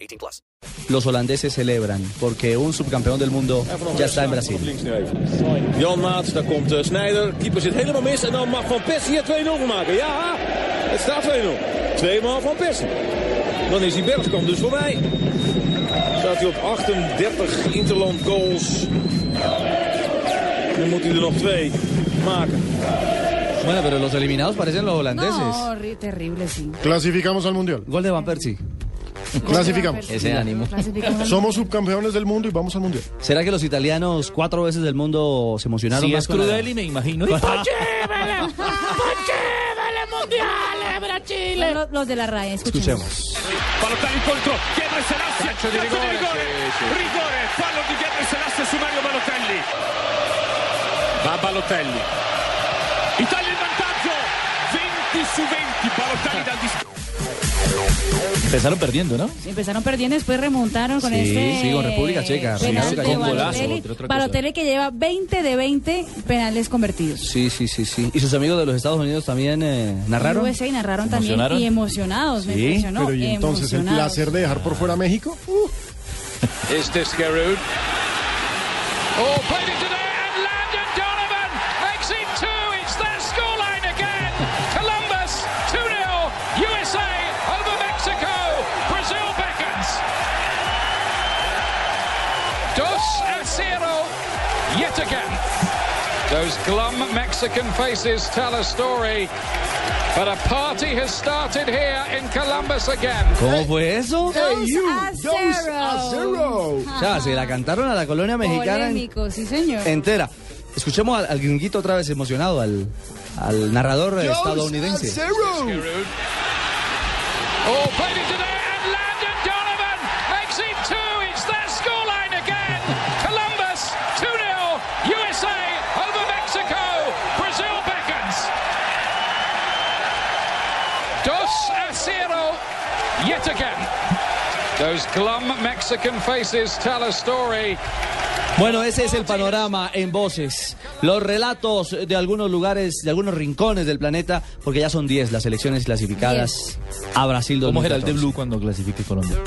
18 plus. Los holandeses celebran porque un subcampeón del mundo ya está en Op Brasil. links nu even. Jan Maat, daar komt eh, Snijder. Keeper zit helemaal mis. En dan mag Van Persie hier 2-0 maken. Ja, het staat 2-0. Tweemaal Van Persie. Dan is die Bergkamp dus voorbij. Staat hij op 38 Interland goals. Nu moet hij er nog twee maken. Bueno, pero los eliminados parecen los holandeses. No, ri- terrible, sí. Clasificamos al Mundial. Gol de Van Persie. Clasificamos. Ese ánimo. Clasificamos al- Somos subcampeones del mundo y vamos al Mundial. ¿Será que los italianos cuatro veces del mundo se emocionaron Si más es con la- Crudeli, me imagino. Son los, los de la RAE, escuchemos. Escuchemos. Palotta incontro, Gebre Selassie, calcio di rigore, rigore, fallo di Gebre Selassie su Mario Balotelli. Va Balotelli. Italia in vantaggio, 20 su 20, Balotelli dal dischetto. Empezaron perdiendo, ¿no? Empezaron perdiendo, después remontaron con Sí, este... sí, con República Checa. penal Sí, sí, de con un golazo, Balotelli. otra cosa. Balotelli que lleva 20 de 20 penales convertidos. Sí, sí, sí, sí. ¿Y sus amigos de los Estados Unidos también eh, narraron? USA y narraron también ¿Emocionaron? y emocionados, me Sí, impresionó. Pero y entonces el emocionados. placer de dejar por fuera a México. Uh, Is this Garoud? Oh, played it today, and Landon Donovan makes it two. It's their scoreline again. Columbus 2 0, USA over Mexico. Brazil beckons. Dos El Ciro, yet again. Those glum Mexican faces tell a story. But a party has started here in Columbus again. ¿Cómo fue eso? Dos Hey, you, a dos cero. a cero. O sea, se la cantaron a la colonia mexicana en- Polémico, sí señor. entera. Escuchemos al, al gringuito otra vez emocionado, al, al narrador eh, estadounidense. Dos a cero. Oh, played it today, and Landon Donovan makes it two. It's their scoreline again. Columbus 2 0, USA over Mexico. Brazil beckons. Dos a cero, yet again. Those glum Mexican faces tell a story. Bueno, ese es el panorama en voces. Los relatos de algunos lugares, de algunos rincones del planeta, porque ya son 10 las elecciones clasificadas a Brasil 2014. Como Gerald de Blue cuando clasifique Colombia.